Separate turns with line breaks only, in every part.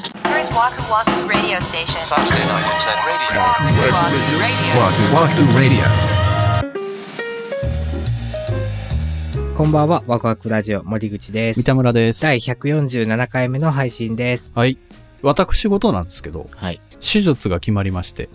Waku Waku Radio Station.
Saturday night at 10 radio.
Waku Waku
Wahoo Wahoo
Radio.
Radio.
こんばんは、ワクワクラジオ森口です
三。田村です。
第147回目の配信です。
はい。私事なんですけど、
はい。
手術が決まりまして、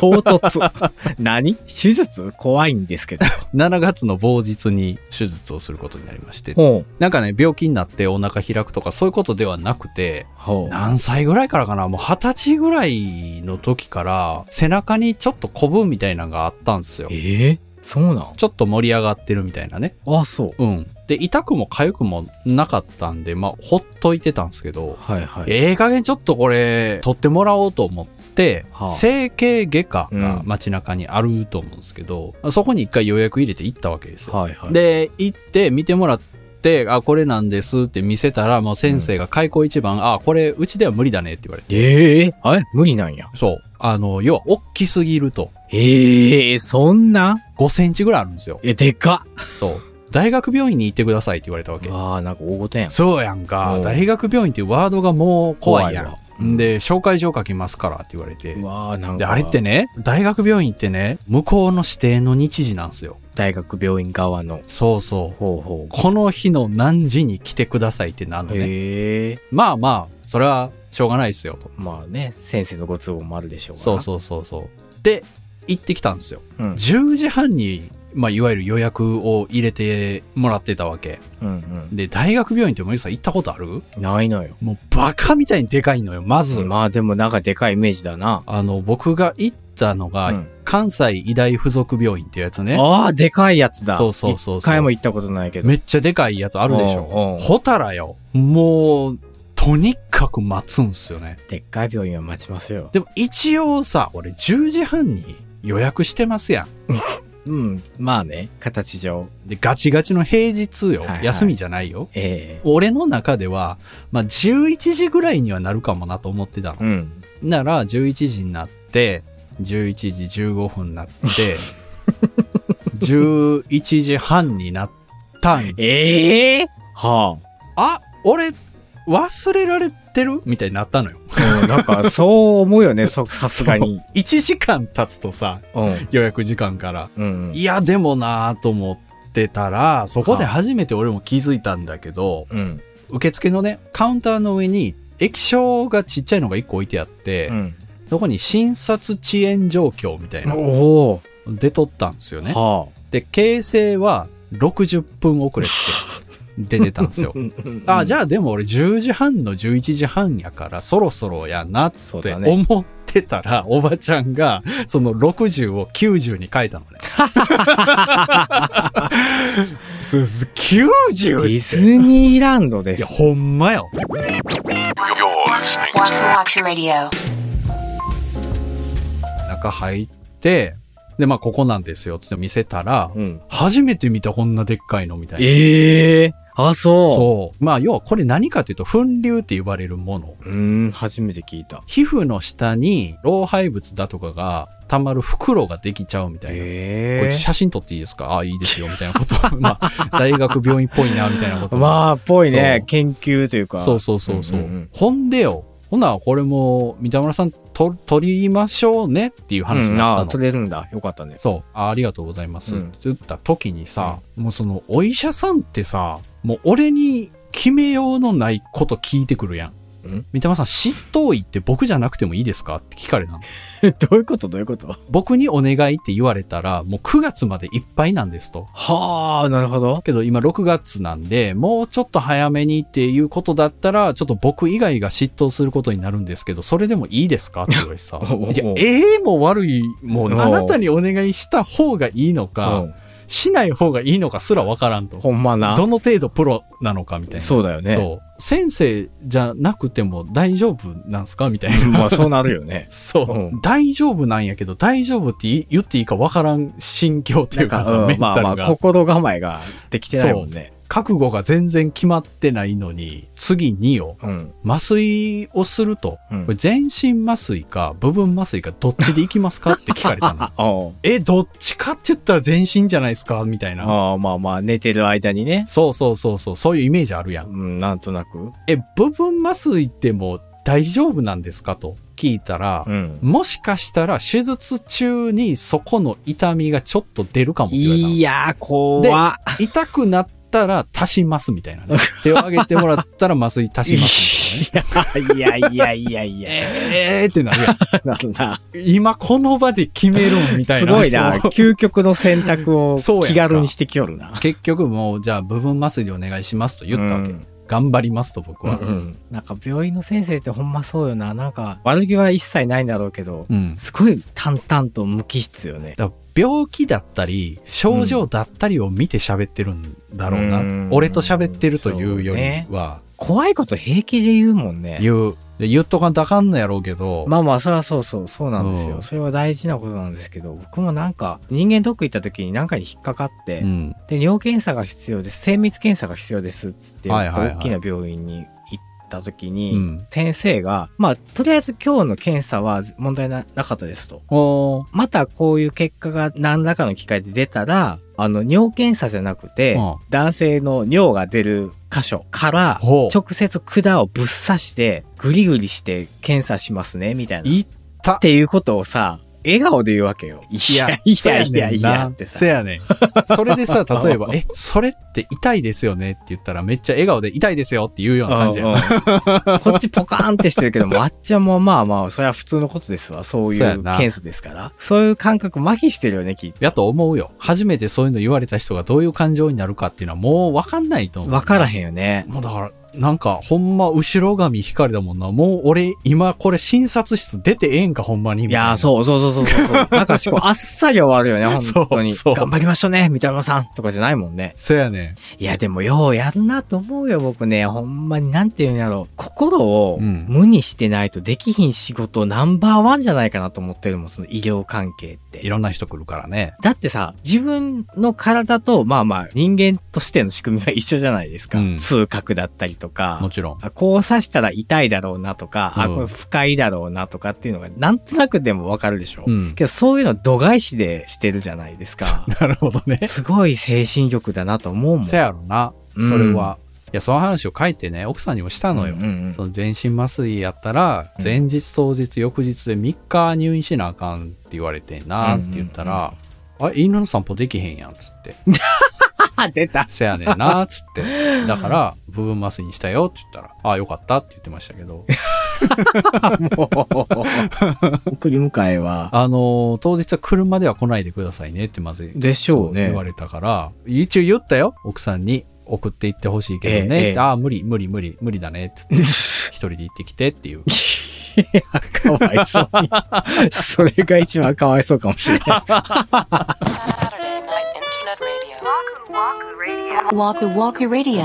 唐 突。何手術怖いんですけど。
7月の某日に手術をすることになりまして、
ほう。
なんかね、病気になってお腹開くとかそういうことではなくて、
ほう。
何歳ぐらいからかなもう20歳ぐらいの時から、背中にちょっとこぶみたいなのがあったんですよ。
ええそうなん
ちょっと盛り上がってるみたいなね。
あ、そう。
うん。で、痛くも痒くもなかったんで、まあ、ほっといてたんですけど、
はいはい。
ええ加減ちょっとこれ取ってもらおうと思って、
はあ
整形外科が
うん
街中にあると思うんですけど、そこに一回予約入れて行ったわけですよ。
はいはい。
で行って見てもらってあこれなんですって見せたらもう先生が開口一番、あこれうちでは無理だねって言われて
ええあれ無理なんや。
そうあの要は大きすぎると
ええそんな
5センチぐらいあるんですよ
え、でか
そう大学病院に行ってくださいって言われたわけ
っ。わあ、なんか大ごとやん。
そうやんか
うん
大学病院っていうワードがもう怖いやん
怖いわうん
んで紹介状書きますからって言われて
うわあ、なん
で、
か。
あれってね、大学病院ってね、向こうの指定の日時なんですよ。
大学病院側の。
そうそう。
ほうほう。
この日の何時に来てくださいってなるのね。
ええ
まあまあ、それはしょうがないですよと。
まあね、先生のご都合もあるでしょうから。
そうそうそうそう。で、行ってきたんですよ。
うん。
10時半に、まあ、いわゆる予約を入れてもらってたわけ。
うん
で、大学病院って森口さん行ったことある
うん。ないのよ。
もうバカみたいにでかいのよ、まず。
まあでもなんかでかいイメージだな。
あの、僕が行ったのが、
うん
関西医大附属病院っていうやつね。
ああ、でかいやつだ。
そうそうそうそう
一回も行ったことないけど。
めっちゃでかいやつあるでし
うんうん
ょ。ホタラよ。もう、とにかく待つんすよね。
でっかい病院は待ちますよ。
でも一応さ、俺10時半に予約してますやん。
うん。まあね、形上。
で、ガチガチの平日よ。
はいはい
休みじゃないよ。
ええ
俺の中では、まあ、11時ぐらいにはなるかもなと思ってたの。
うん。
なら、11時になって、11時15分に なって、11時半になったん。
ええは
あ、俺、忘れられてるみたいになったのよ。
あ。うん、なん か、そう思うよね、そ、さすがに。
1時間経つとさ、
うん。
予約時間から。
うん。
いや、でもなぁと思ってたら、そこで初めて俺も気づいたんだけど、
うん。
受付のね、カウンターの上に液晶がちっちゃいのが1個置いてあって、
うん。
そこに診察遅延状況みたいなの
おお、
出とったんですよね。
はあ。
で、形成は60分遅れって出 てたんですよ。あ、じ
ゃ
ゃあでも俺10時半の11時半やからそろそろやなっ
そう
て
だね
思ってたら、おばちゃんがその60を90に変えたのね。 すす
デ
90! って
ィズニーランドで
い
す
や、。ほんまよ。
You're listening
Waku
to
Waku Radio.
中入って、で、まあここなんですよって見せたら、
うん。
初めて見たこんなでっかいのみたいな。
ええあ、そ
そう。まあ要はこれ何かというと、粉瘤って呼ばれるもの。
う。うーん、初めて聞いた。
皮膚の下に老廃物だとかが溜まる袋ができちゃうみたいな。こ
え
れ
え
写真撮っていいですかああ、いいですよ、みたいなこと。 まあ、大学病院っぽいな、みたいなこと。
まあ、ぽいね
そ。う
研究というか。
そうそうそうそう。
うんうんうん
ほんでよ、ほな、これも、三田村さん、と、撮りましょうねっていう話
う
に
ん、
な
あ
った
あ
の。
取れるんだ。よかったね。
そうあ、ありがとうございます、
うん
って言った時にさ、もうその、お医者さんってさ、もう俺に決めようのないこと聞いてくるやん。
うん
三田村さん、執刀医って僕じゃなくてもいいですかって聞かれたの。
どういうことどういうこと
僕にお願いって言われたら、もう9月までいっぱいなんですと。
はあ、なるほど。。
けど今6月なんで、もうちょっと早めにっていうことだったら、ちょっと僕以外が嫉妬することになるんですけど、それでもいいですかって言われてさ
おうおう
いや、ええも悪いも
おう
う、あなたにお願いした方がいいの
う
か
ん、
しない方がいいのかすらわからんと。
ほんまな。
どの程度プロなのかみたいな。
そうだよね。
そう。先生じゃなくても大丈夫なんすかみたい な。。
まあ、そうなるよね
そう、
うん
大丈夫なんやけど、大丈夫ってい言っていいかわからん心境って
ないん
うか
か、
さ、メ
う
ン
ん、ま
タルが、
あまあ、心構えができてないもんね。
覚悟が全然決まってないのに、次にを
うん。
麻酔をすると、
うん
これ全身麻酔か部分麻酔かどっちで行きますかって聞かれた の。
ああ
え、どっちかって言ったら全身じゃないですかみたいな。
ああ、まあまあ、寝てる間にね。
そうそうそうそう、そういうイメージあるやん。
うん、なんとなく。
え、部分麻酔ってもう大丈夫なんですかと聞いたら、
うん。
もしかしたら手術中にそこの痛みがちょっと出るかもって言われたの
いやー、怖っ。
痛くなったら足しますみたいなね、手を挙げてもらったら麻酔足しますみたいなね。
いやいやいやいや、
えーってなるやん。
なるな。
今この場で決めるんみたい
す
な。
ごいな。
そう
究極の選択を
そうやんか
気軽にしてきよるな。
結局もう、じゃあ部分麻酔でお願いしますと言ったわけ。
うん
頑張りますと僕は。
うんうんなんか病院の先生ってほんまそうよな。なんか悪気は一切ないんだろうけど、
うん
すごい淡々と無機質よね。
だから病気だったり、症状だったりを見て喋ってるんだろうな。
うん
俺と喋ってるというよりは、
怖いこと平気で言うもんね。
言う。で言っとかんとあかんのやろうけど、
まあまあ、それはそうそう、そうなんですよ。
うん
それは大事なことなんですけど、僕もなんか、人間ドック行った時に何かに引っかかって、
うん。
で、尿検査が必要です、精密検査が必要です、つって、
はいはいはい
大きな病院に行った時
う
に、
ん。
先生が、まあ、とりあえず今日の検査は問題ななかったですと。
おー
またこういう結果が何らかの機会で出たら、あの、尿検査じゃなくて、
うん
男性の尿が出る箇所から、
ほう
直接管をぶっ刺して、ぐりぐりして検査しますね、みたいな。っ
いった
ていうことをさ、笑顔で言うわけよ。い
いや
や、い
そう
や
やね
い
ん
やいや
な
ってさ
そ。やねん。それでさ、例 えば、え、それって痛いですよねって言ったら、めっちゃ笑顔で痛いですよって言うような感じや
うん
な。
うんこっちポカーンってしてるけども、あっちゃんもまあまあ、それは普通のことですわ。そうい
そうや
う
な
検査ですから。そういう感覚麻痺してるよね、きっと。
やと思うよ。初めてそういうの言われた人がどういう感情になるかっていうのはもうわかんないと思う。
わからへんよね。
もうだから、なんか、ほんま、後ろ髪光だもんな。もう俺、今、これ診察室出てええんか、ほんまに。
いやー、
う。
そうそうそうそうそう そう。なんかしこう、あっさり終わるよね、
そう
本当に。
そう
頑張りましょうね、三田村さんとかじゃないもんね。
そやね
いや、でもようやるなと思うよ、僕ね。ほんまに、なんて言うんやろう。心を
うん
無にしてないとできひん仕事ナンバーワンじゃないかなと思ってるもん、その医療関係っ
ん。い
て。
ろんな人来るからね。
だってさ、自分の体と、まあまあ、人間としての仕組みは一緒じゃないですか。
うん
痛覚だったりとか。
もちろん。
あこう刺したら痛いだろうなとか、あ、
うん
これ不快だろうなとかっていうのが、なんとなくでもわかるでしょ。
うん。
けどそういうの度外視でしてるじゃないですか。
なるほどね。
すごい精神力だなと思うもん。
そやろな。それは。いや、その話を書いてね、奥さんにもしたのよ。
うんうんうん
その全身麻酔やったら、
うん
前日当日翌日で3日入院しなあかんって言われてんなって言ったら、あ、犬の散歩できへんやんっつって。
あ、出た。
せやねんなっつ って。だから、部分麻酔にしたよって言ったら、あ、よかったって言ってましたけど。
もう。送り迎えは。
あのー当日は車では来ないでくださいねってまず
でしょうね
そ言われたから、一応言ったよ、奥さんに。送って行ってほしいけどね。
ええええ
ああ、無理、無理、無理、無理だね。つ って、一人で行ってきてっていう。
かわいそうに。それが一番かわいそうかもしれない。
Saturday night internet radio. Waku Waku Radio. Waku Waku Radio.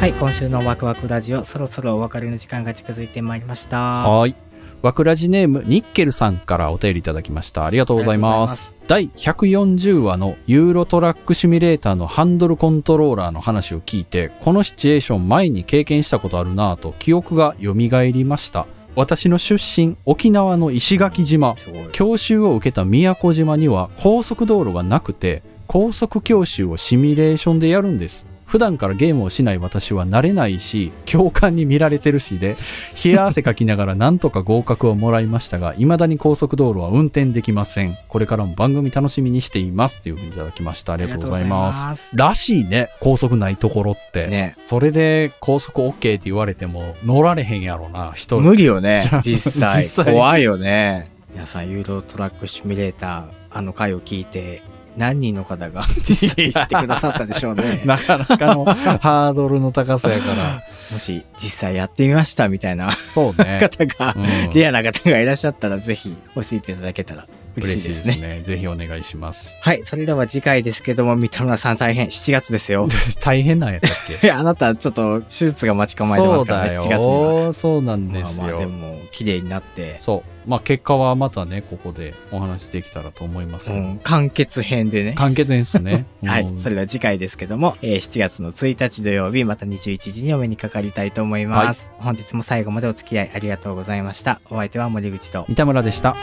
はい、今週のワクワクラジオ、そろそろお別れの時間が近づいてまいりました。
はーい。わくらじネーム、ニッケルさんからお便りいただきました。ありがとうございます。第140話のユーロトラックシミュレーターのハンドルコントローラーの話を聞いて、このシチュエーション前に経験したことあるなぁと記憶が蘇りました。私の出身、沖縄の石垣島。
すごい。
教習を受けた宮古島には高速道路がなくて高速教習をシミュレーションでやるんです普段からゲームをしない私は慣れないし教官に見られてるしで冷や汗かきながらなんとか合格をもらいましたが未だに高速道路は運転できませんこれからも番組楽しみにしていますというふうにいただきましたありがとうござ
あ
います
りがとうございます
らしいね高速ないところって、
ね。
それで高速 OK って言われても乗られへんやろな人
無理よね
じゃあ、
実際。
実際
怖いよね。皆さん、誘導トラックシミュレーター、あの回を聞いて、何人の方が実際に来てくださったでしょうね。
なかなかのハードルの高さやから。
もし、実際やってみましたみたい な
そうね。
方が、
うん
リアな方がいらっしゃったら、ぜひ教えていただけたら嬉
嬉
し
し
い
い
で
ですす
ね。
ね。ぜひお願いします。
はい、それでは次回ですけども、三田村さん大変、7月ですよ。
大変なんやったっ け
いや、あなた、ちょっと、手術が待ち構えてます
そう
から
だ
ね、7月には。
よ。そうなんで
ますあまあ、で
よ。
も、綺麗になって、
そう。まあ結果はまたね、ここでお話できたらと思います
う
よ。
ん、完結編でね。。
完結編ですね
はい
うん。
それでは次回ですけども、えー7月の1日土曜日、また21時にお目にかかりたいと思います。本日も最後までお付き合いありがとうございました。お相手は森口と。
三田村でした。